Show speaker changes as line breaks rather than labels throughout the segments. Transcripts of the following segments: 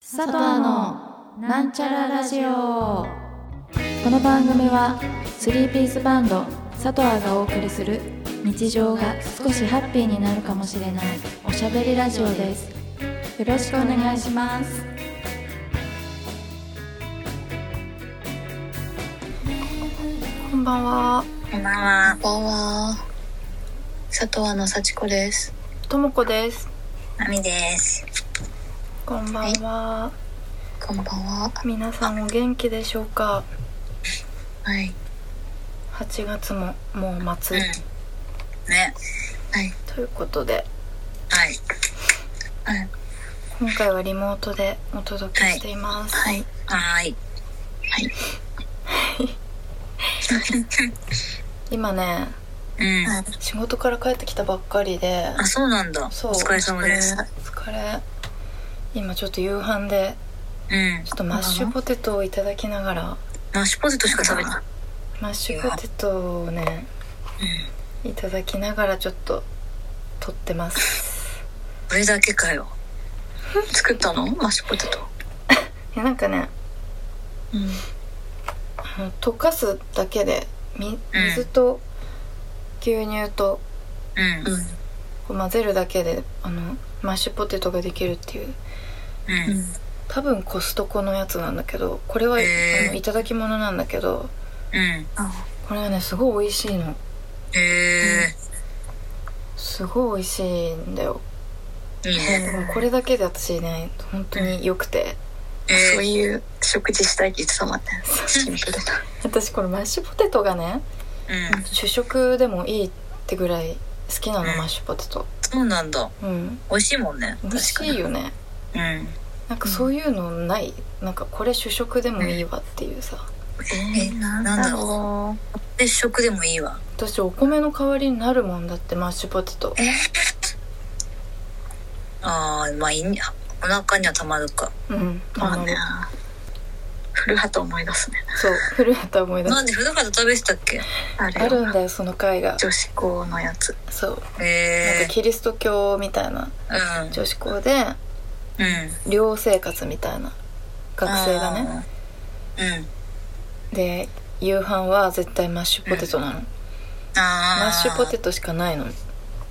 佐藤のなんちゃらラジオこの番組はスリーピースバンド佐藤がお送りする日常が少しハッピーになるかもしれないおしゃべりラジオですよろしくお願いします
こんばんは、
こんばんは。こんばんは。佐藤の幸子です。
ともこです。
まみです。
こんばんは。
こんばんは。
皆さんお元気でしょうか
はい。
?8 月ももう末、
ね。はい。
ということで、
はい。はい。
今回はリモートでお届けしています。
はい。はい。
今ね、
うん。
仕事から帰ってきたばっかりで、
あ、そうなんだ。お
そう。
疲れ様です
お。疲れ。疲れ今ちょっと夕飯で、
うん
ちょ。っとマッシュポテトをいただきながら、
マッシュポテトしか食べてない。
マッシュポテトをね、いただきながらちょっと撮っ てます。
これだけかよ。作ったのマッシュポテト。
いやなんかね、
うん。
あの溶かすだけでみ
うん
水と牛乳と
うん。
こう混ぜるだけであのマッシュポテトができるっていう
うん。
多分コストコのやつなんだけどこれは、
へー
あのいただき物なんだけど
うん。
これがねすごい美味しいの
へえ。
すごい美味しいんだよ
いいね。
もうこれだけで私ね本当に良くて
え
そう
ー
いう食事したいって言ってたもんね。シンプルな。
私このマッシュポテトがね
うん。
主食でもいいってぐらい好きなの
うん
マッシュポテト
そうなんだ。
うん
美味しいもんね。
美味しいよね
確かに。
なんかそういうのない、なんかこれ主食でもいいわっていうさ
えー、なん
なんだ
だ
ろう
ろう。
うん。で、食でもいいわ。
私お米の代わりになるもんだってマッシュポテト
ああ、まあいいんお腹にはたまるか。
うん
ま
あ
あ
の
ね。古畑思い出すね。
そう古畑思い出
な
す
んで古川と食べてたっけ
あ
あ
れ
る
よ。
んだよその回が
女子校のやつ。
そうなん
へえ
かキリスト教みたいな
ー。
女子校
うん。
で
うん。
寮生活みたいな学生がね
ね。
で夕飯は絶対マッシュポテトなの、
うん。ああ。
マッシュポテトしかないの
あ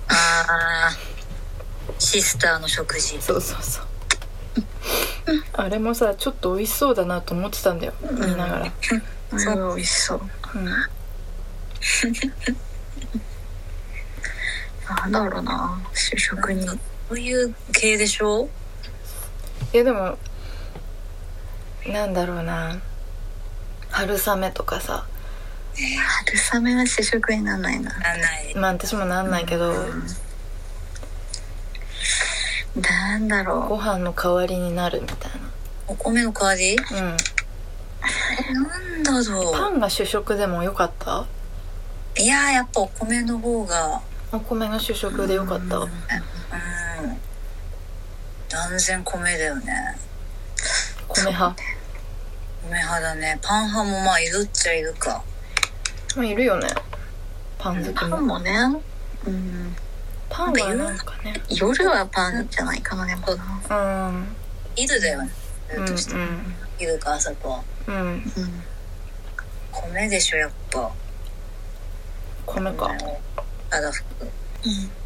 あ。シスターの食事。
そうそうそうあれもさちょっと美味しそうだなと思ってたんだよ見ながら
すごい美味しそう。
うん
なんだろうな。主食に。
そういう系でしょ
いやでもなんだろうな春雨とかさ
春雨は主食にならないな。
あない。
まあ私もなんないけど、
なんだろ
ご飯の代わりになるみたい
お米の代わり
なうん
なんだろ
パンが主食でもよかった
う。いやー、やっぱお米の方が、
お米が主食でよかった、
うん。断然米だよね。
米派
米派だね。パン派もまあいるっちゃいるか。
まあいるよねパン好
う。
き
パ
も、
ンもね。うん。
パンはなんかね
夜はパンじゃないかな、でもな。
うん
いるだよね。
うん
としているか、あそこは。
うんうん
うん。
米でしょ、やっぱ。
米か
ただ服。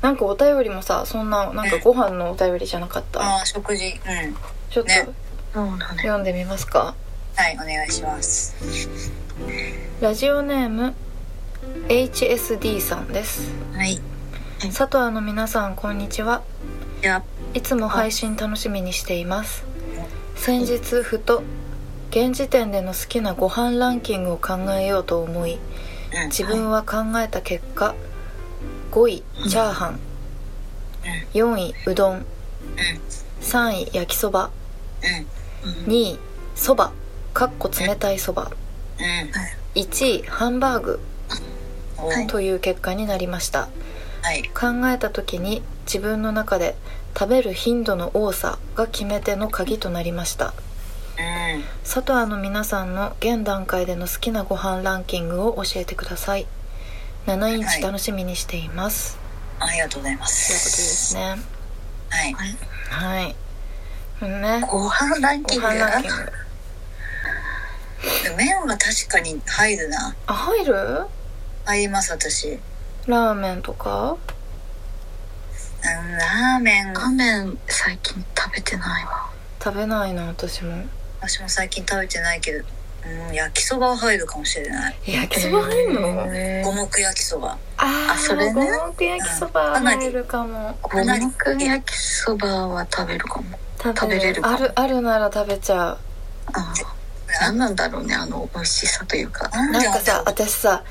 なんかお便りもさそんななんかご飯のお便りじゃなかった
ああ、食事。うん。
ちょっと
ね
そうだね。
読んでみますか、
はい、お願いします。
ラジオネーム HSD さんです
はい。
佐藤の皆さんこんにちは
じゃ
いつも配信楽しみにしています先日ふと現時点での好きなご飯ランキングを考えようと思い
あ、うん。
自分は考えた結果5位チャーハン4位うどん3位焼きそば
う
2位そばかっこ冷たいそば
ん。うん。うん。
1位ハンバーグ
おはい。
という結果になりました
はい。
考えた時に自分の中で食べる頻度の多さが決め手の鍵となりまし
う
た
ん。
佐藤アの皆さんの現段階での好きなご飯ランキングを教えてください7イン
は
チ
い
楽しみにしています、
ありがとうございま。
ということですすね
はい。
はいうんね
ご飯ランキ
ご
ング
飯ランキング
麺は確かに入るな
あ入る
入ります私うん
ラーメンとか
ラーメン
ラーメン最近食べてないわ
食べないな私も
私も最近食べてないけど、うん、焼きそばは入るかもしれない
え焼きそば入んの、
え
五目焼きそば
ああ
あそれね
五目焼きそば入るかも
五目焼きそばは食べるかも
食
食べれるかも
あるあるなら食べちゃう
あー
あ
何なんだろうねあの美味しさというか
なん
なん
で
かさ
あ
私さ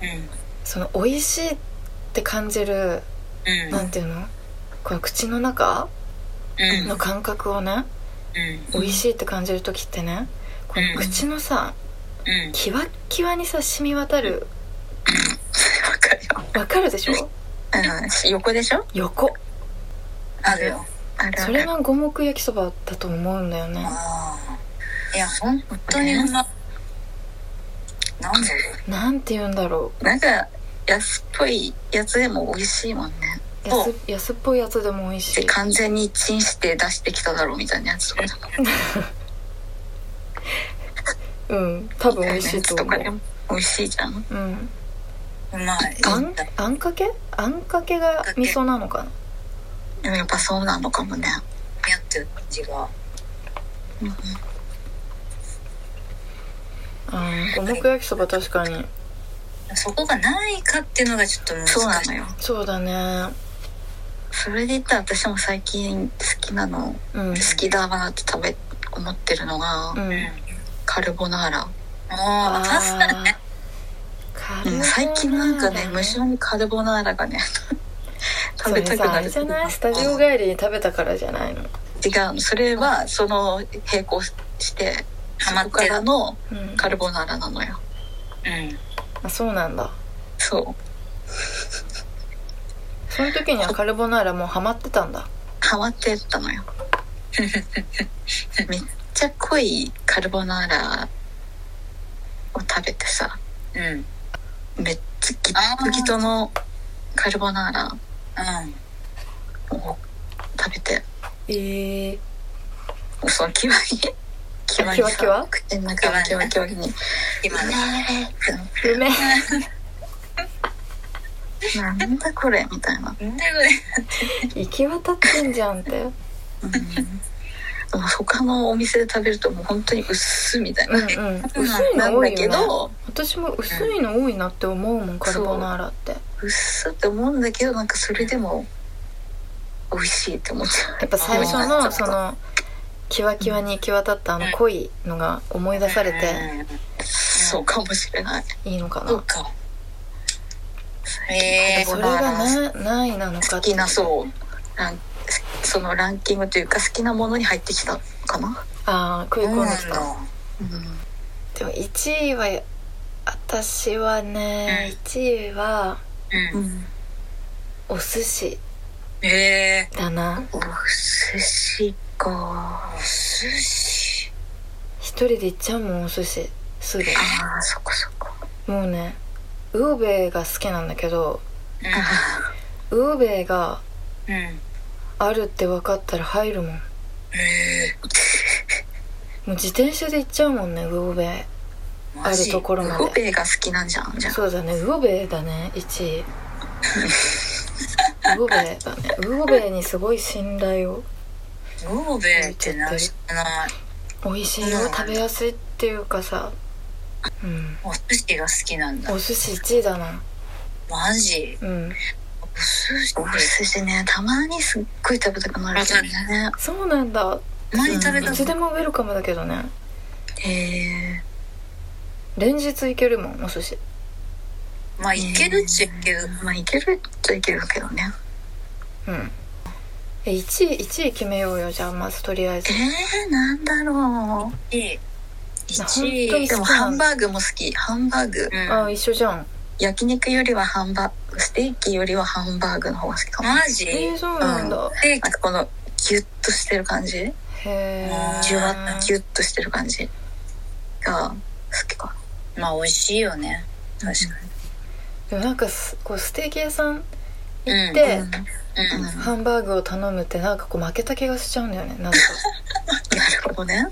んなうん
その美味しいって感じる
うん
なんていうのこの口の中
うん
の感覚をね
うん
美味しいって感じる時ってねこの口のさ
うん
キワッキワにさ染み渡る
わかるよ
わかるでしょ
うん横でしょ
横
あるよ
あるあ
それが五目焼きそばだと思うんだよね
ああいや本当にうまいなんだろう
なんて言うんだろ
なんか安っぽいやつでも美味しいもんね
う
そ
安安っぽいやつでも美味し
で
い
完全にチンして出してきただろうみたいなやつとかじゃな
うん多分美味しい
やつ
と
と
思
か
う
でも美味しいじゃん
うん
うまい
あんあんかけあんかけが味噌なのかな
でもやっぱそうなのかもね
やってる感じが
あー五目焼きそば確かに
そこがないかっていうのがちょっと難しい
そうなのよ
そうだね
それで言ったら私も最近好きなの
うん
好きだなって食べ思ってるのが
うん
うん
カルボナーラ、
ああパスタね
カ
うん
ルボナーラね
最近なんかね無性にカルボナーラがね食べたく
それさ
な
あ
る
れじゃないスタジオ帰りに食べたからじゃないの
違うそれはその並行して
ハマ
そ
っ
こか
てる
らの
うん
カルボナーラなのよ
うん
あそうなんだ
そう
その時にはカルボナーラもうハマってたんだ
ハマってったのよめっちゃ濃いカルボナーラを食べてさ
うんうん
めっちゃギットギトのカルボナーラを食べて
ええ
そうキワにキワに
キワキワ
さ口の中のキワキワにね
今ね
うめえ
なんだこれみたいな、
なんだこれ
行き渡ってんじゃん って
うん、でも他のお店で食べるともう本当に薄みたいな、
うんうん薄い
な
の
ん
多
だ
い
け
よね
ど
私も薄いの多いなって思うもんカルボナーラって
薄って思うんだけどなんかそれでも美味しいって思っちゃう
やっぱ最初
う
の
ん
そのキワキワに行き渡ったあの濃いのが思い出されて
うん
そうかもしれない
いいのか
そう
な
かえー
それがなないなのか
好
って
きなそうランそのランキングというか好きなものに入ってきたかな、
ああ食い
そう
込んで
な
き
ん
た
だ
うん、
でも1位は私はね、1位は
う
うんん
お寿司
え
だな
お寿司か
ーお寿司
一人で行っちゃうもんお寿司すぐ
ああそこそこ
もうね魚べいが好きなんだけど
う
魚べいが
んうん
あるって分かったら入るもんも
え
う自転車で行っちゃうもんね魚べい
ー
あ
マ
る
ジ
ところま
ゴ
で
ベが好きなんじゃんじゃあ
そうだね魚べいだね1位魚べいだね魚べいにすごい信頼を
ローベってな知らない
美味しいよ食べやすいっていうかさうん
お寿司が好きなんだ
お寿司1位だな
マジ
うん
お寿司
お寿司ねたまにすっごい食べたくなるけどね
そうなんだ
前食べ
い
た
つでもウェルカムだけどね
へえ
連日行けるもんお寿司
まあいけるっちゃいける
まあいけるっちゃいけるけどね
うんえ1位1位決めようよじゃあまずとりあえず
えー、なんだろう
1位
本当に
でも
好きな
ハ
の
ンバーグも好きハンバーグ、
うん
あ一緒じゃん
焼肉よりはハンバーグステーキよりはハンバーグの方が好きかも
マジ
えー、そうなんだ
え
なんかこのギュッとしてる感じ
へえ
じゅわっとギュッとしてる感じが好きか
まあ美味しいよね確か
でもなんかすこうステーキ屋さん行って、
うんうん、なる
ハンバーグを頼むってなんかこう負けた気がしちゃうんだよねなんか
ほどね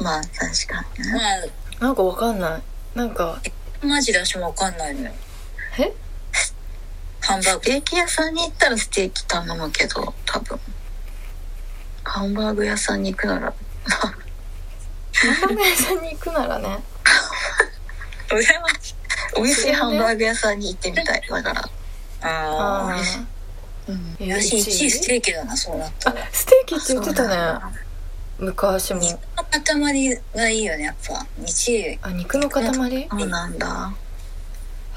まあ確かに
ま
ね
なんかわかんないなんか
あ、マジで私もわかんないのよ。
え
ハンバー
ス
グ。
テーキ屋さんに行ったらステーキ頼むけど多分ハンバーグ屋さんに行くなら
ハンバーグ屋さんに行くなら ね、
羨ましい。
美味しいハンバーグ屋さんに行ってみたいだから、
ああ。
うん
ー
私1位ス
ーキ
テーキだな、そうなった
あ
ら。
ステーキって言ってたね昔も
肉の塊がいいよね、やっぱ。1位。
あ肉の塊へ
そうなんだ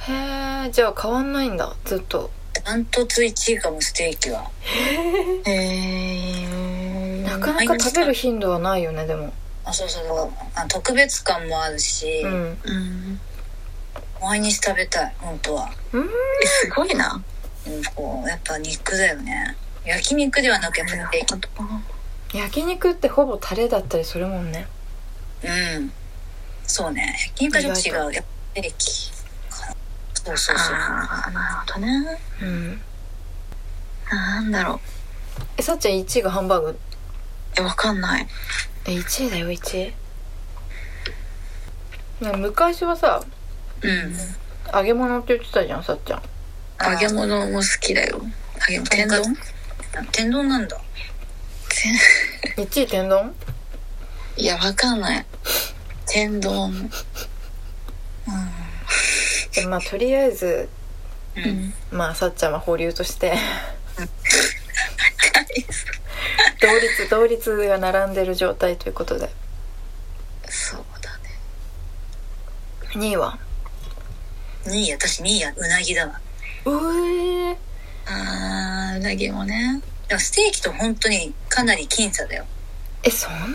えじゃあ変わんないんだずっと
ダントツ1位かも、ステーキは。
へえ
なかなか食べる頻度はないよねでも
あ、そうそうそう。あ特別感もあるし、
うん
うん
毎日食べたい、本当は。
えすごいな
うん、こう、やっぱ肉だよね。焼肉ではなく、やっぱステーキ。
焼肉ってほぼタレだったりするもんね
うん。そうね。焼肉はちょっと違う。やっぱりキかな。そうそうそう。
ああなるほどね
うん
なんだろう
えさっちゃん1位がハンバーグ
えわかんない
え1位だよ1位ね昔はさ
うん
揚げ物って言ってたじゃんさっちゃん
あ
揚げ物も好きだよ揚げ天丼
天丼なんだ。
1位天丼
いやわかんない天丼
でまあとりあえず
うん。
まあさっちゃんは保留として同率同率が並んでる状態ということで
そうだね
2位は
2位、私2位や、うなぎだわ。
うえー
あーうなぎもね
でもステーキと本当にかなり僅差だよ。
えそんなに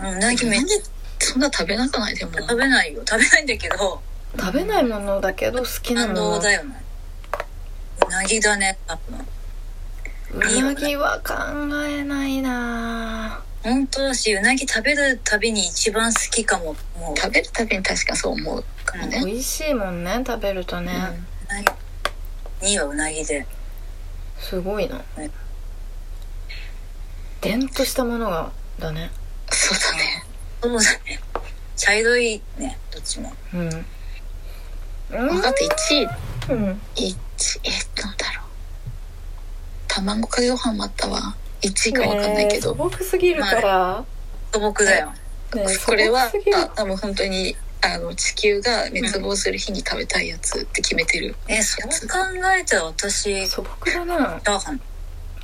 うんうなぎめっちゃ
そんな食べなくないでも
食べないよ。食べないんだけど、
食べないものだけど好きな
感
も
動
の
だよね。うなぎだね、多分。
うなぎは考えないな
本当だし、うなぎ食べるたびに一番好きかも。もう、
食べるたびに確かそう思うかも
ぁ
ね
美味しいもんね食べるとね、
うなぎ。2位はうなぎで。
すごいな
ね
伝としたものがだね
そうだね
そうだね。茶色いね、どっちも。
うん
分かった1位
うん
1えなんだろう卵かけご飯もあったわ1位かわかんないけど、
ねえ素朴すぎるから、
素朴だよ。
ねえ
これは
素朴すぎる
あ多分本当にあの地球が滅亡する日に食べたいやつって決めてる、
え、そう考えたら私、チ
素朴だな
ャーハン。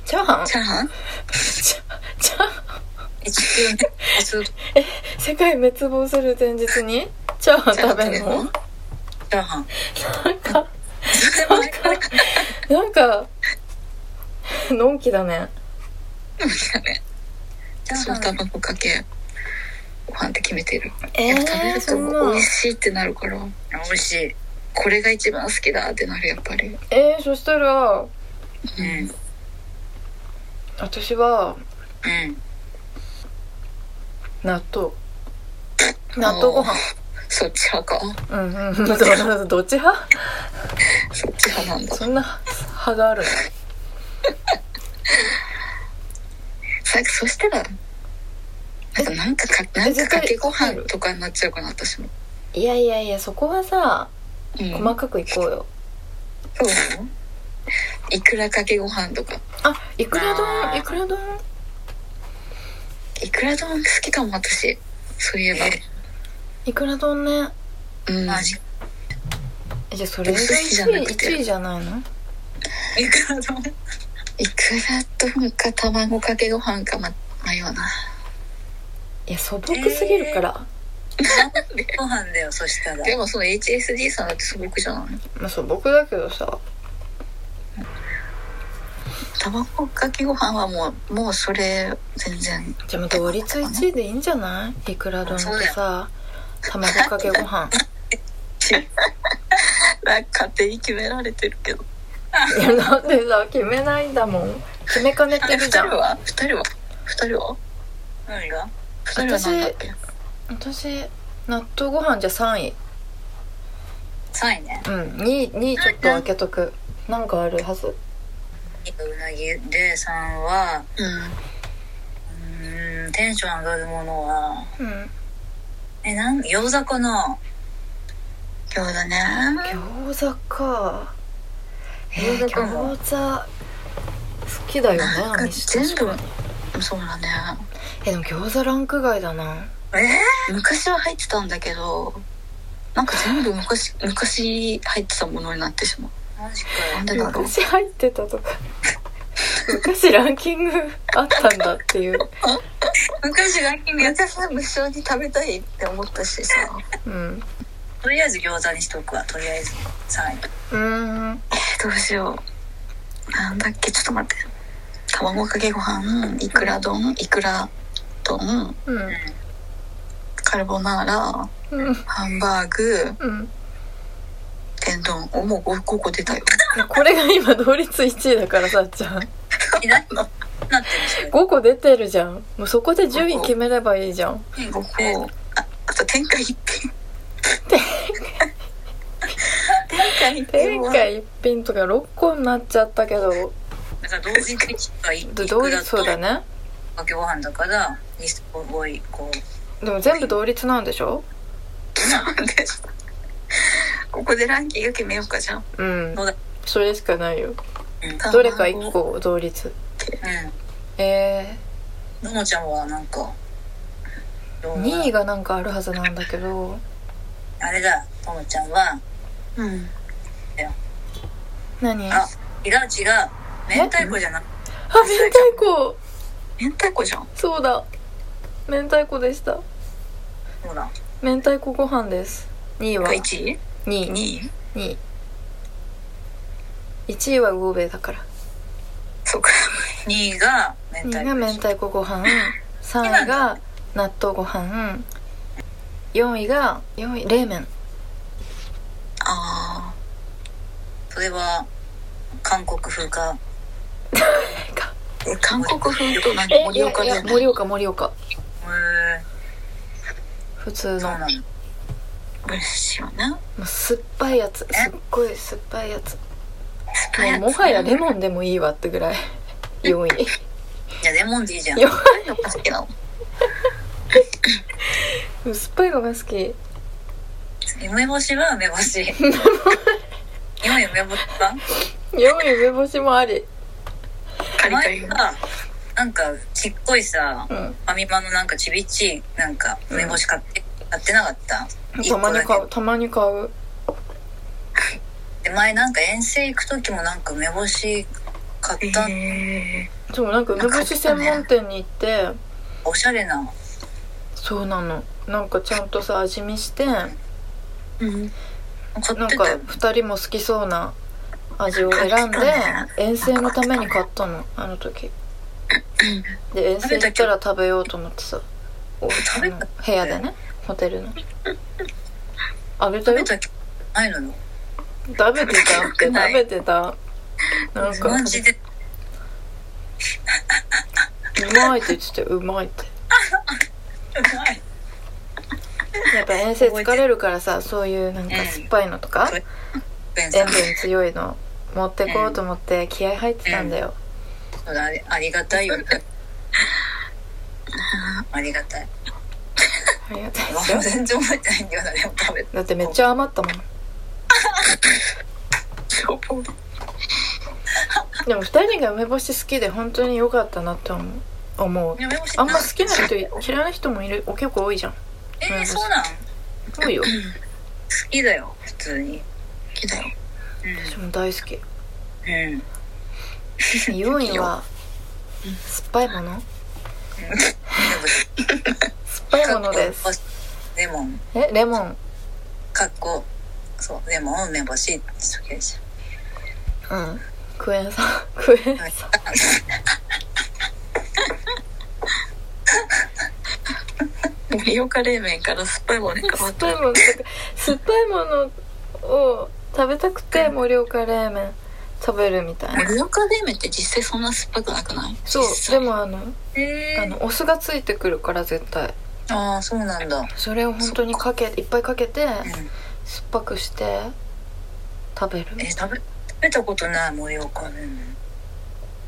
チャーハン
チャーハン
チャチャーハ
え、地球ね。そうチ
ン世界滅亡する前日にチャーハン食べるの
ャーハン。
なんか
それもね
なんかのんきだね
チャー
そ
ハ
う
ン
卵かけご飯って決めてる、
え
やっぱ食べると美味しいってなるから
美味しい。
これが一番好きだってなるやっぱり
えー、そしたら
うん。うん。
私は納豆納豆ご飯
そっち派か
うんうんうんどどっち派
そっち派なんだ
そんな派がある
さそしたらなんかなんかかなんかかけご飯とかになっちゃうかな私も、
いやいやいやそこはさ
うん、
細かくいこうよ
そうなのいくらかけご飯とか
あいくら
あ
丼
ー
いくら丼
いくら丼好きかも私そういえば
いくら丼ね
うん
マジ。
えじゃあそれが
お寿司じゃ
1
な
位
くて
1位じゃないの
いくら丼。
いくら丼か卵かけご飯かま迷うない
や素朴すぎるから、
ご飯だよ、そしたら。
でもその HSD さんだってすごくじゃない
まあ、素朴だけどさ
卵かけご飯はもうもうそれ全然
じゃあまあ同率1位でいいんじゃないいくら丼とさ卵かけご飯
なんか勝手に決められてるけど
いやなんでさ決めないんだもん決めかねて
え二
るじ
人
ゃん
は二人は二人は
何が
二人はなんだっけ
私納豆ご飯じゃ3位
?3 位ね。
うん2位2位ちょっと開けとくなんかあるはず
がうなぎで3は
うん
うーんテンション上がるものは
うん
えなん餃子かな
今日だね
餃子かえー、
餃子かも
餃子好きだよね
なんか
アミシュ
全部
確かに
そうだね
えでも餃子ランク外だな
え
昔は入ってたんだけどなんか全部昔昔入ってたものになってしまう
マジか
なんでだろう
昔入ってたとか 昔ランキングあったんだっていう
昔ランキングやって
昔は無性に食べたいって思ったしさ
うん
とりあえず餃子にしとくわとりあえず3位
うーん
えどうしようなんだっけちょっと待って卵かけご飯いくら丼いくら丼
うん
カルボナーラ
うん
ハンバーグ
うん
天丼おもう 5, 個出たよ
これが今同率1位だからさっちゃん
え何なってるんです
5個出てるじゃんもうそこで順位決めればいいじゃん
5個ああと天下一品天下一
天
品
下
は
一品とか6個になっちゃったけど
だから同時に切ったい
ど
く
同
ら
率そう
と
だね
かけご飯だからすごいこう
でも全部同率なんでしょ
そうですここでランキング決めようかじゃん
うん
そうだ
それしかないよ
うん
どれか1個同率え
ののちゃんはなんかどう
ー、2位がなんかあるはずなんだけど
あれだともちゃんは
うん
何
あ違う違う明太子じゃなく
あ、明太子
明太子じゃん
そうだ明太子でした
ほら
明太子ご飯です2位は
が1位
2
2
位
位
2位1位は魚べだから
そうか
2位が明
2
太子
位が明太子ご 飯3位が納豆ご飯4位が4位冷麺
あ
それは韓国風か
ーえ韓国風と何盛岡じゃない
盛岡盛岡
へえ
普通
そう
の
な
も
の
嬉しいよね
う酸っぱいやつすっごい酸っぱいやつもうもはやレモンでもいいわって ぐらい4位
じゃあレモンでいいじゃん
よ
何の好きなの
酸っぱいのが好き
梅干しは梅干 し今梅干しか
4位梅干しもあり
カリカ
前
リの
さなんかちっこいさ
うん
ファミマのなんかちびっちいなんか梅干し買って、買ってなかった一
た
個
まに
だけ
買うたまに買う
で前なんか遠征行く時もなんか梅干し買った、
え
そうなんか梅干し専門店に行って
おしゃれな
そうなのなんかちゃんとさ味見して
ーうん
買
な
っ
ん
て
か
たよ
2人も好きそうな味を選んで遠征のために買ったのあの時で遠征行ったら食べようと思ってさおあ
べ
の
た
部屋でねホテルのあげた
食
よ
べたきないのよ
食べてたって食べてたなんか
マジで
うまいって言っててうまい って
うまい
やっぱ遠征疲れるからさそういうなんか酸っぱいのとか
うん弁さ
塩
ん
分強いの持ってこうと思って気合入ってたんだよ
それありありがたいよ ねありがたい
ありがたいです
も
よ
う全然覚えてないんだよなでも食べた
だってめっちゃ余ったもん
消防
でも2人が梅干し好きで本当に良かったなって思う思う
梅干し
あんま好きな人い嫌いな人もいるお結構多いじゃん
えー、そうなん好
多いよ
きだよ普通に
機だよ
私も大好き
うん、うん、
4位は酸っぱいもの酸っぱいものです
レモン
えレモン
かっこそうレモン梅干しって時計じ
うんクエン酸クエン
ゃん
酸
盛岡冷麺から酸っぱいものに変わ
酸っ
っ
ぱい
た
ものとか酸っぱいものを食べたくて盛岡冷麺食べるみたいな
盛岡冷麺って実際そんな酸っぱくなくない
そう
実
で
際
もあの
え
あのお酢がついてくるから絶対
ああそうなんだ
それを本当にかけいっぱいかけて
うん
酸っぱくして食べる
え食べ食べたことない盛岡麺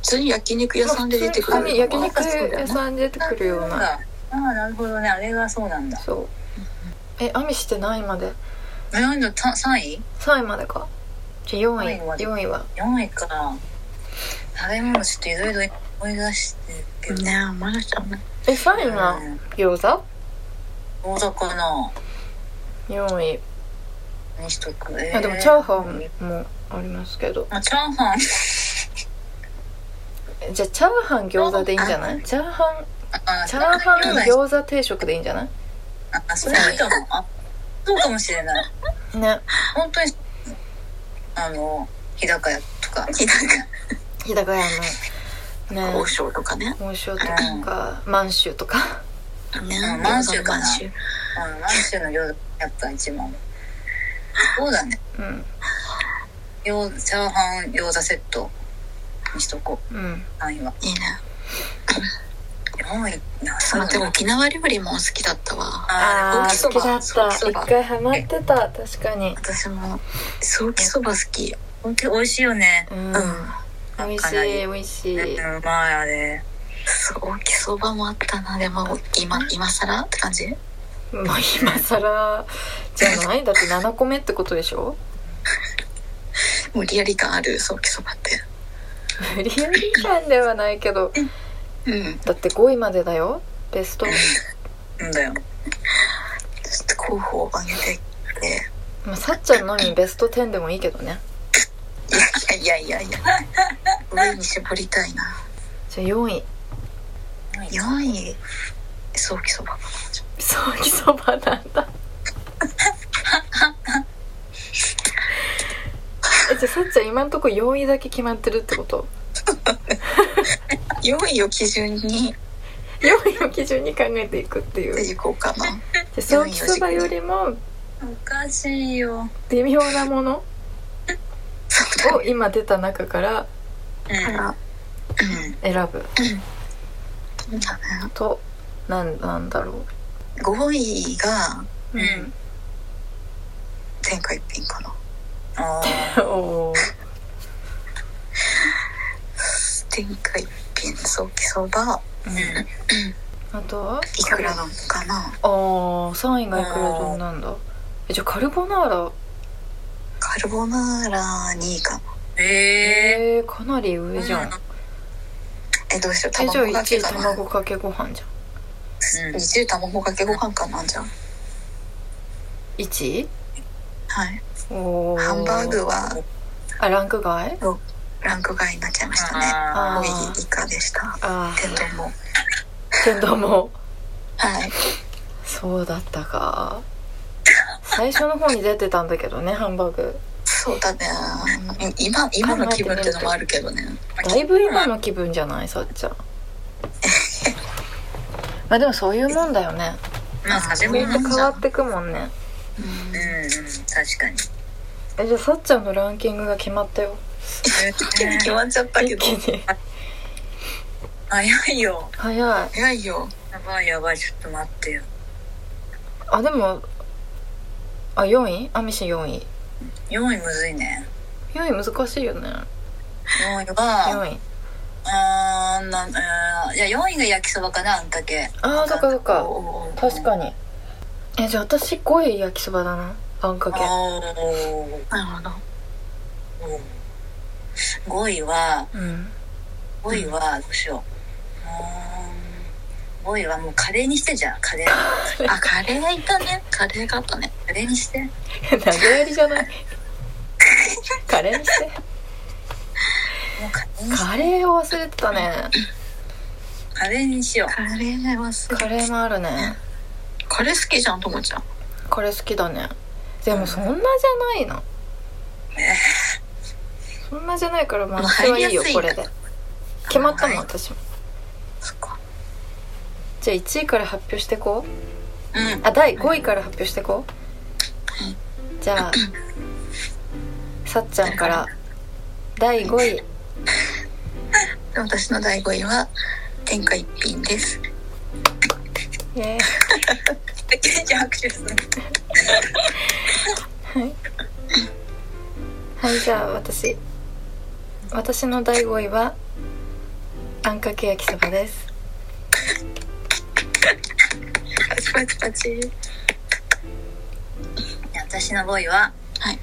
通に焼肉屋さんで出てく
ま
る
あ普通に焼肉屋さんで出てくるような
ああー、なるほどね。あれがそうなんだ。
そうえアミして何位まで
え、なんだ、た3位
3位までかじゃあ4位
四位まで
4位は
?4 位か。食べ物ちょっといろいろ思い出してるけど。
ねえまだちゃん
え3位が
うん
餃子
大阪な。
4位
にしとく。え
あでもチャーハンもありますけど
あ、チャーハン。
えじゃあチャーハン餃子でいいんじゃないチャーハ
あ
ンチャーハン
餃子。
餃子定食でいいんじゃない
あ、それいいかも。あ、そうかもしれない。
ね
本当に、あの、日高屋とか。
日高
日高屋のね
王将とかね
王将とか満州とか
ね
うん満州かな
満州
うん、満州の餃子、やっぱ一番。そうだね。
うん
餃子チャーハン餃子セットにしとこ
うん
う。3位は。
いいね
4位な、そう
あでも
だ。
沖縄料理も好きだったわ
あー
ああ
ソ
好きだ
バ
った
ソ
一
バ
回ハマってた確かに
私もソーキそば好き
本当に美味しいよね。
うん
うん
美味しい美味し
うん
いう
まいあれ。
そうきそばもあったなでも今今更って感じ
もう今更じゃないだって7個目ってことでしょ
無理やり感あるソーキそばって
無理やり感ではないけど
うん
だって5位までだよベスト
うんだよ。
ちょっと候補を挙げてって
まあさっちゃんのみベスト10でもいいけどね
いやいやいやいや上に絞りたいな
じゃあ4位
4位ソーキそば
ソーキそばなんだ えじゃあさっちゃん今んとこ4位だけ決まってるってこと
4位を基準に
4位を基準に考えていくっていうじ
いこうか な
ゃあソーキそばよりも
おかしいよ。
微妙なもの
そう
を今出た中から
うん。
だうん
選ぶ
そうだね
となんなんだろ
5位が
う、
うん
天下一品かな
あー
おー
天下一品ソーキそば
うん
あとはい
くら丼かな
あー3位がいくら丼なんだえじゃあカルボナーラ
カルボナーラ2位かな
え
えー、かなり上
ー。
じゃん、
えどうしよう
えじゃあ
卵か
1
け
位
かな
卵かけご飯じゃん
うん
20卵かけご飯かなじゃん
1位
はい
お
ハンバーグは
あランク外
ランク外になっちゃいましたね
あ
あ
5
ー
位以下でした
あ
天丼も
ー天丼も
はい
そうだったか最初の方に出てたんだけどねハンバーグ
そうだねうん今今の気分ってのもあるけどね
だいぶ今の気分じゃないさっちゃんまあでもそういうもんだよね
ーまあ、食べ
み
物
ん
うん
な。変わってくもんね
うん
うん、確かに。
えじゃあさっちゃんのランキングが決まったよ
一気に決まっちゃったけ
一
ど
気に
早いよ。
早い
早いよ
やばいやばい、ちょっと待ってよ。
あでもあ4位アミシ4位
4位むずいね。
4位難しいよね
4位が、
4位
あーなん、えー、いや、4位が焼きそばかな、あんたけ。
ああそっかそっか
おー
確かにえじゃあ私5位焼きそばだなあんかけ
おー
なるほど
おー5位は、
うん
5位は、どうしよう。うーん5位はもうカレーにしてじゃん、カレー。
あカレーいたねカレーがあったね
カレーにして。
投げやりじゃないカレーにして
もうカレーにし
カレーを忘れてたね
カレーにしよ
カレーはす
カレーもあるね
カレー好きじゃんともちゃん
カレー好きだねでもそんなじゃないなそんなじゃないからまあ私はいいよ
入りやすいん
こ
だ
れで決まったもん
はい
私も
そっか
じゃあ1位から発表してこう
う。うん。
あ第5位から発表してこうじゃあさっちゃんから第5位
で私の第5位は天下一品です
イエーイ
じゃあ拍手する。
はいじゃあ私私の第5位はんかけ焼きそばです
パチパチパチ。
で私のボーイは、
はい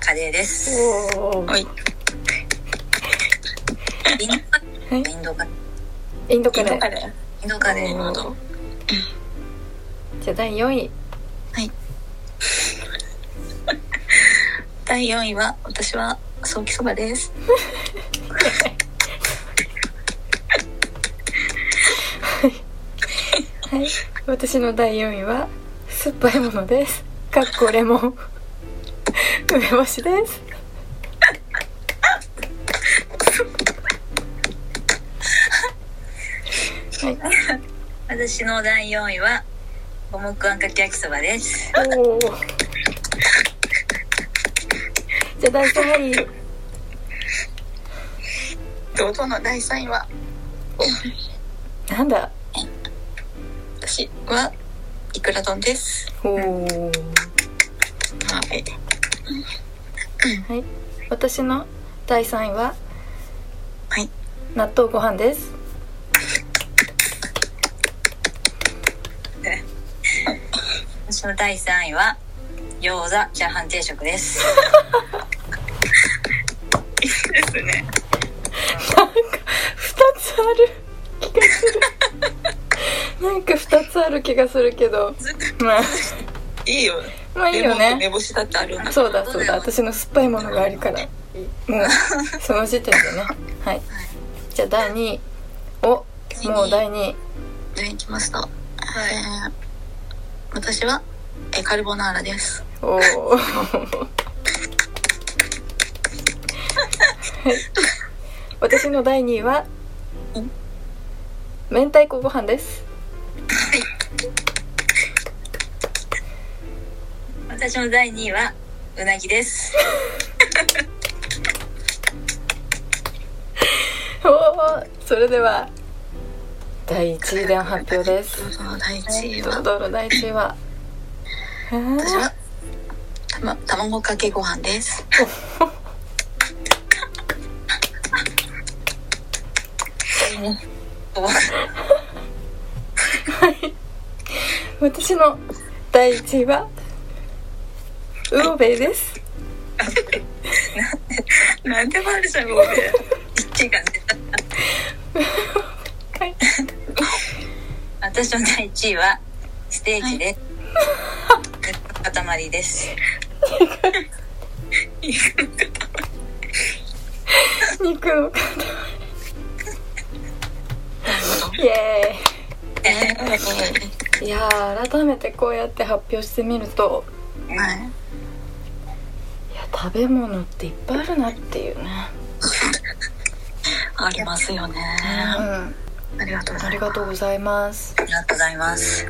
カレーです。
おー
はい。
インドカレ
は
ー
い
インドカレー。
インド
イ
カ
ン
レ
ド
ー
カレ
インドカレ
ー。
ー。
なるほど。
じゃあ第4位
第4位は、私は、ソーキそばです。
はい私の第4位は酸っぱいものですかっこレモン梅干しです
私の第4位は、五目あんかけ焼きそばです。
おおじゃあ第3位
堂々の第3位は、
なんだ
私は、イクラ丼です。
おお
はい。
はい私の第3位は
はい
納豆ご飯です
私の第3位は、餃子チャーハン定食です。
いいですね。
なんか2つある気がするなんか2つある気がするけどまあ
いいよ。
まあいいよ
レモンと
ね
梅干しだってあるんだ。
そうだそうだ私の酸っぱいものがあるからもうその時点でねはいじゃあ第2位おもう第2位
じゃあ行きました。
はい
えー私は、えーカルボナーラです。
おおはい私の第2位は明太子ご飯です
私の第2位は、うなぎです。
おおそれでは第1位での発表です
堂々の第1位
ドロ
は、
ドロ第1位はえ
私
ー
は、たま、卵かけご飯です。
私の第1位はウオベイです
なんでもあるじゃん、もうね。1位が絶対
はい
私の第1位は、ステーキです。塊です。
肉の 塊イエ
えー
ーイいやー改めてこうやって発表してみると
は
い
い。
や食べ物っていっぱいあるなっていうね
ありますよね。
うん
ありがとうござ
あ
い
りがとうございます
ありがとうございます。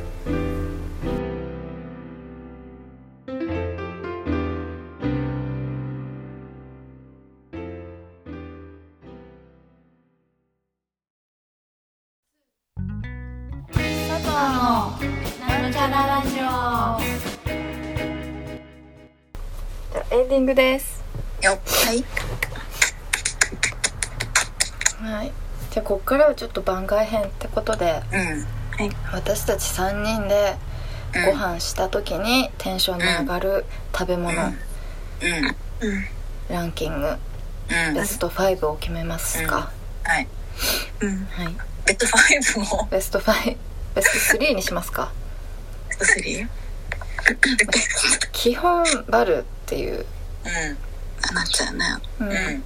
佐藤のなんちゃらラジオ
じゃあエンディングです
ます。はい。
はいじゃあこっからはちょっと番外編ってことで
うん。
私たち3人でご飯した時にテンションの上がる食べ物
うん。うん。
うん。
ランキング
うん。
ベスト5を決めますか、
はい。
うん。
はい、
ベッド5を。
ベスト5ベ スト3にしますか
ベスト3。
基本バルっていう、
う
あなっちゃうね。
うん
ん。うん。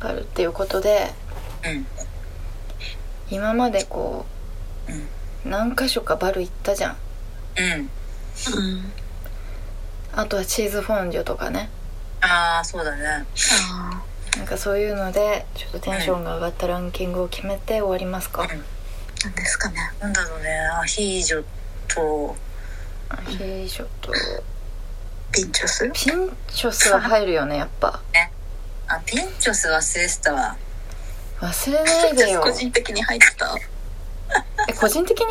バルっていうことで
うん。
今までこう、何箇所かバル行ったじゃん
うん。
うん。
あとはチーズフォンデュとかね
ああ、そうだね。
あ
なんかそういうのでちょっとテンションが上がったランキングを決めて終わりますか、
あ、なんですかね。
なんだろうね。アヒージョと、
アヒージョと
ピンチョス
ピンチョスは入るよねやっぱ
あ、ピンチョス忘れてたわ。
忘れないでよ
個人的に入ってた
え個人的に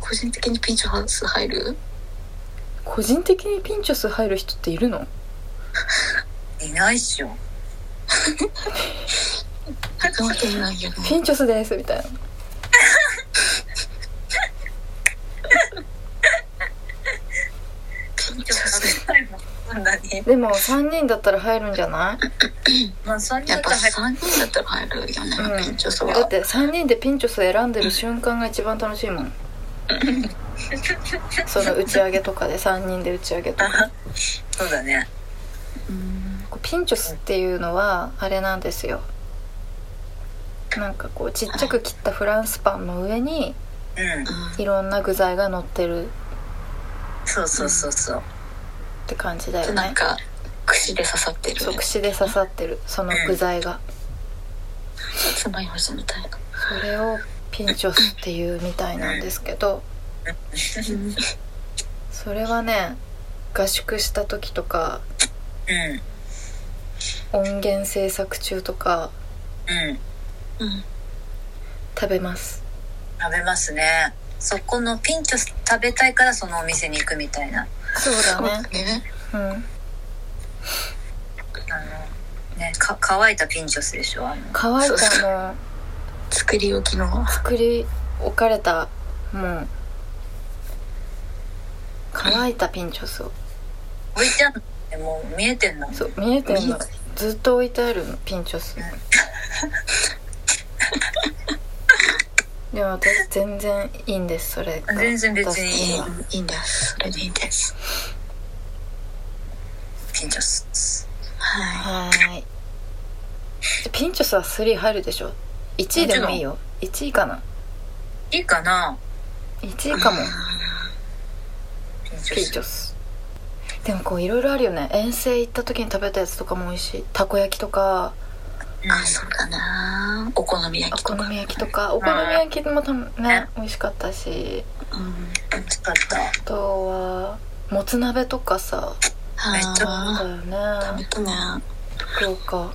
個人的にピンチョス入る
個人的にピンチョス入る人っているの
いないっしょ。
なわけないよね
ピンチョスですみたいな
ピンチョスで
そんなに。
でも3人だったら入るんじゃない
まあ、3人
や
だ
っ
った
ぱ
ら早く。
3人だったら入るよね、
うん
ピンチョス
だっ
は
て3人でピンチョス選んでる瞬間が一番楽しいも んその打ち上げとかで3人で打ち上げとか
そうだね。
うん
こうピンチョスっていうのはあれなんですよなんかこうちっちゃく切ったフランスパンの上に
うん。
いろんな具材が乗ってるっ
そうそうそうそう。
て感じだ
で
よ
なん
ね
か串で刺さってる
そう串で刺さってるその具材が
つまようじみたいな
それをピンチョスっていうみたいなんですけどそれはね合宿した時とか
うん。うん。
音源制作中とか
うん
食べます
食べますね。そこのピンチョス食べたいからそのお店に行くみたいな。
そうだ
そうだ
ね
ね
うん
あの、ね、か、乾いたピンチョスでしょあの、
乾い
そうそ
たの
作り置きの
作り置かれたもう乾いたピンチョスを
置いてあるのもう見えてんの。
そう見えてる
見え
の
て
ずっと置いてあるのピンチョスでも私全然いいんですそれが
全然別にいい
私はい
いんですそれでいいんです
ピンチョス。
はい
はーいピンチョスは3入るでしょ1位でもいいよ1位かない
いかな
1位かも
ピンチ
ピン
ョ
チョスでもこういろいろあるよね遠征行った時に食べたやつとかも美味しいたこ焼きとか
あ
ス。
そうだなお好み
お
焼きと
好
か
み焼きとかお好み焼きもたね美味しかったし
うん
うん。美味しかった。
あとはもつ鍋とかさ
あ
めっち
あ
ゃ
ったよ
食べ
ね
たねなん
福岡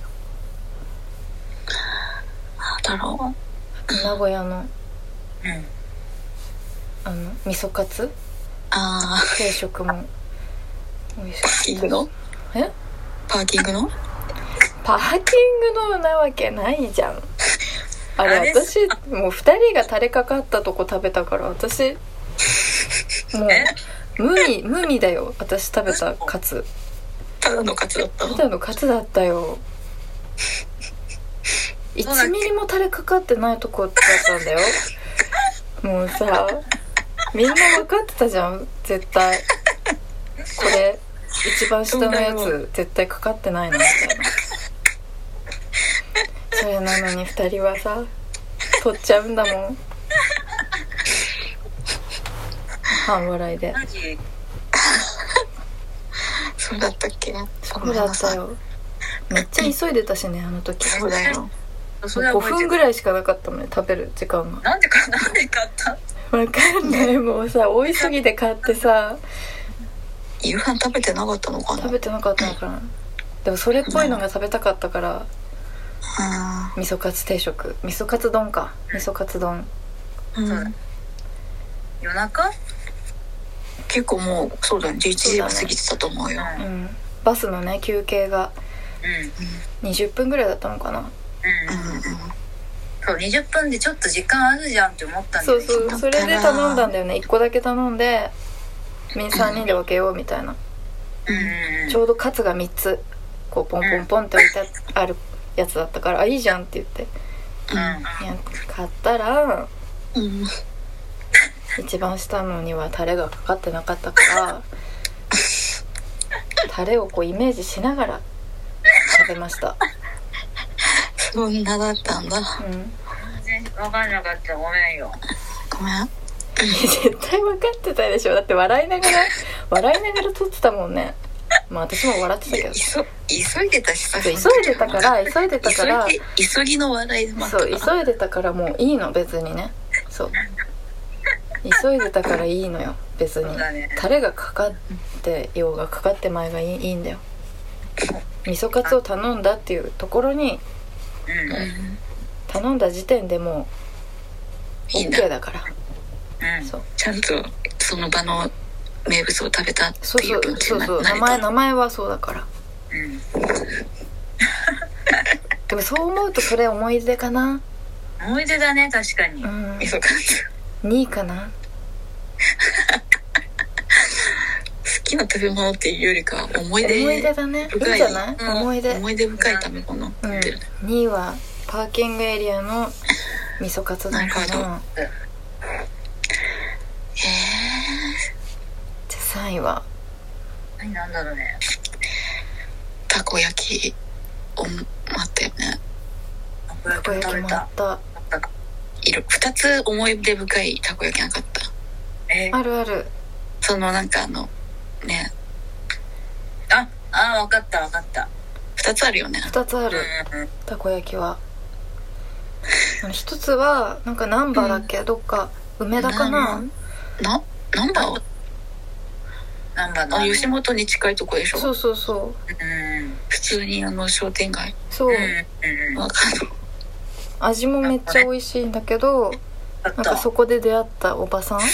だろ
名古屋の
うん。
あの味噌カツ
うあ
定食も美味しか
ーパーキ
っ
ングの
え
パーキングの
たパーキングのなわけないじゃんあれ
あれ
私もう2人が垂れかかったとこ食べたから私も
え
う無味無味だよ私食べたカツ
ただのカツだった
ただのカツだったよ1ミリも垂れかかってないとこだったんだよもうさみんな分かってたじゃん絶対これ一番下のやつ絶対かかってないなみたいなそれなのに2人はさ取っちゃうんだもん半笑いで
マジ
そうだったっけ
そうだったよめっちゃ急いでたしねあの時
そうだよ
それは
5
覚えて
分
る
ぐらいしかなかったのね食べる時間が
なんでか、なんで買った
わかんないもう さ多いすぎて買ってさ
夕飯食べてなかったのかな
食べてなかったのかなでもそれっぽいのが食べたかったから
あ
味噌カツ定食味噌カツ丼か味噌カツ丼
ーうん
そうだ夜中
結構もうそうだね11時は過ぎてたと思う
う。
よ
うんんバスのね休憩が
うん。
20分ぐらいだったのかな
う
う
ん
ん。うん
そう、20分でちょっと時間あるじゃんって思ったんだ
そ
よ
う
ね。
そう
きっ
それで頼んだんだよね1個だけ頼んでみん3人で分けようみたいな
とうんうんうん。
ちょうどカツが3つこうポンポンポンって置いてあるやつだったから「あいいじゃん」って言っていや買ったら
うんうん
一番下のにはタレがかかってなかったからタレをこうイメージしながら食べました
そんなだったんだ
うん
全然わかんなかった。ごめんよ。
ごめん
絶対分かってたでしょだって笑いながら笑いながら撮ってたもんねまあ私も笑ってたけど
急急いでたしさ
急いでたから急いでたから
急いで急ぎの笑いで待っ
そう
てた
急いでたからもういいの別にねそう急いでたからいいのよ
そ
別に
うだね。
タレがかかってようがかかってまいがいいいいんだよ味噌カツを頼んだっていうところに
うん。うん。
うん
頼んだ時点でもう
いいんだ
OK だからそう
ちゃんとその場の名物を食べたっ
そう
てい
そうう
気持ち
そ
に
う
な
そう
な
名
れ
前
た
名前はそうだから
うん。
でもそう思うとそれ思い出かな
思い出だね確かに、
うん
みそかん好
2位かな
きな食べ物っていうよりかは思い
思
出
い出だねいいん
深い
じゃない、
うん
思い出、
思い出深い食べ物って言ってるね、
2位はパーキングエリアの味噌カツ丼か
なるほど
なじゃあ3位は
何なんだろうね
たこ焼きを待ったよね
たこ焼
これ
きも食べ
決ま
た
った
いろ二つ思い出深いたこ焼きなかった
えー
あるある
そのなんかあのね
ああ分かった分かった
二つあるよね
2つある
うんうん
たこ焼きは1つはなんか難波だっけ、どっか梅田かな、
うんななんだろう
ナンバーの
あ吉本に近いとこでしょ
そうそうそう
うん
普通にあの商店街
そう、
うんうんうん
わかんない
味もめっちゃ美味しいんだけど
あっ
なん
た
かそこで出会ったおばさんと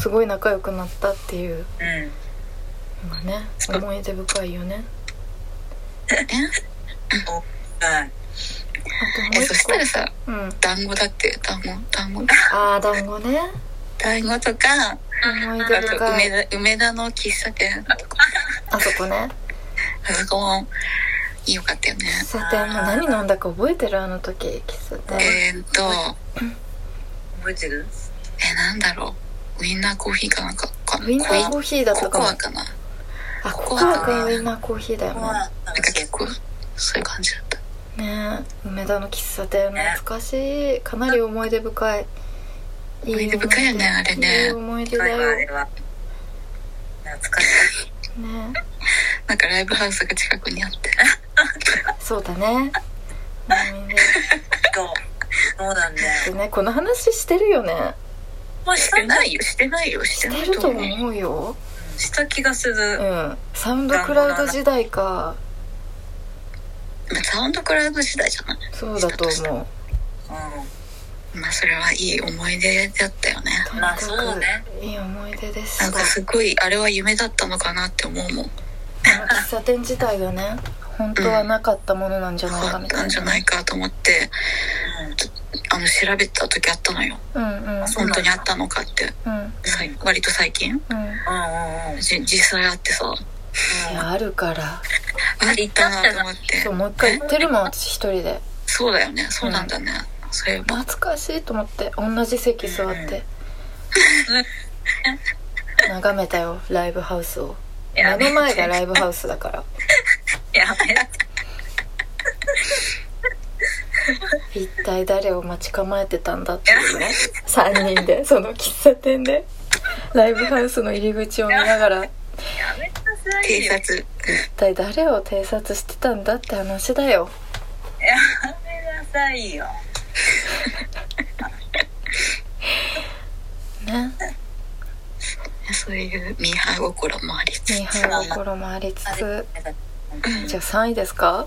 すごい仲良くなったっていう
うん
のがね思い出深いよね
はい
あともう
え
一
そしたらさ
個うん
団子だって団子団子
ああ団子ね
団子とかあ
思い出
と
深い
梅田梅田の喫茶店とか
あそこね
あそこもよかったよね
喫茶店も何飲んだか覚えてるあの時喫茶店
えー、っと
覚えてる
えなんだろうウインナーコーヒーかなんかか
ウィンナーコ
コ
ーヒーだった
コ
かも
コアかな
あ
コ
コ
コ
コ
ア
アかウィンナーコーヒーだよ
ご飯
なんか結構そういう感じだっ
ね
た
ねえ梅田の喫茶店懐かしいかなり思い出深いい
思い出深いよねあれね
いい思い出
食
だ
べ
よ
れ
ね
ば懐かしい
なんかライブハウスが近くにあって
そうだね思い出
そうそうなんだよ
でねこの話してるよね
もうし
して
た
ないよしてないよしてな
し
い
てると
と思う
思うよ
した気がす
う
る
んサウンドクラウド時代か
サウンドクラウド時代じゃない
そうだと思
う
う
まあそれはいい思い出だったよね
と
ん
に
ま
か
あ
く
そうね
いい思い出でし
なん
た
かすごいあれは夢だったのかなって思うもん
あの喫茶店自体がね本当はなかったものなんじゃないかみた
ないんじゃ
な
ないかと思ってあの調べた時あったのよ
うんうん
そう
本
なんだ
当にあったのかって
うんうん
さい割と最近
うんうんうんうん
じ実際あってさ
いやあるから
あったなと思って
そうもう一回行ってるもん私一人で
そうだよねそうなんだね、そういえば
懐かしいと思って同じ席座って眺めたよライブハウスを
や
目の前がライブハウスだから
やめて
一体誰を待ち構えてたんだっていうね3人でその喫茶店でライブハウスの入り口を見ながら一
やめなさい
偵
よ
察
体誰を偵察してたんだって話だよ
やめなさいよ
ね
そういうミーハー心もありつ
ミー
つ
ハー心もありつつ
うん
じゃあ3位ですか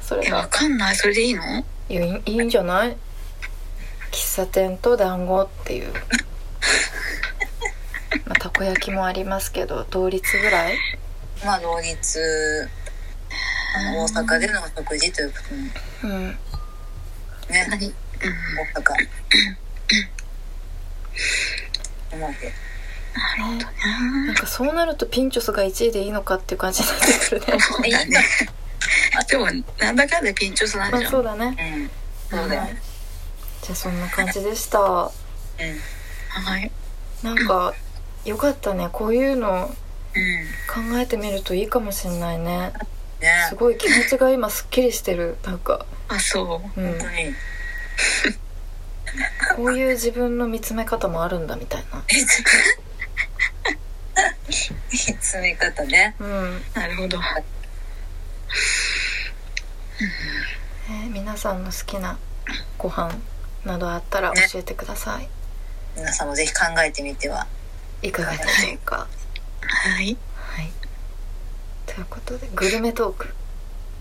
それ
えわ
が
かんないそれでいいの
いやいいいいんじゃない喫茶店と団子っていう、まあ、たこ焼きもありますけど同率ぐらい
まあ同日あの大阪での食事ということに
うん
ね
何うん
大阪思うけ
なんかそうなるとピンチョスが1位でいいのかっていう感じになってくるね
そうだねでもなんだかんだ緊張するなん
まあ
じゃん
そうだね
どうんそうだよ
はい
ね
じゃあそんな感じでした
はい
なんかよかったねこういうの
うんうん
考えてみるといいかもしんないね
ね
すごい気持ちが今すっきりしてるなんか、
あそう
本
ん
当、に
こういう自分の見つめ方もあるんだみたい
詰め方ね
なうん
うなるほど
えー皆さんの好きなご飯などあったら教えてください、
皆さんもぜひ考えてみてはい
かがでしょうか
はい
はいということでグルメトーク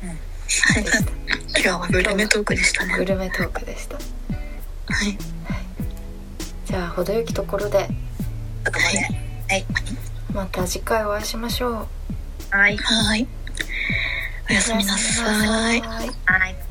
うん
でした
今日はグルメトークでしたね
グルメトークでした
はい
じゃあ程よきところで
そこまで
また次回お会いしましょう
はい
はい
おやすみなさい。
い
はい。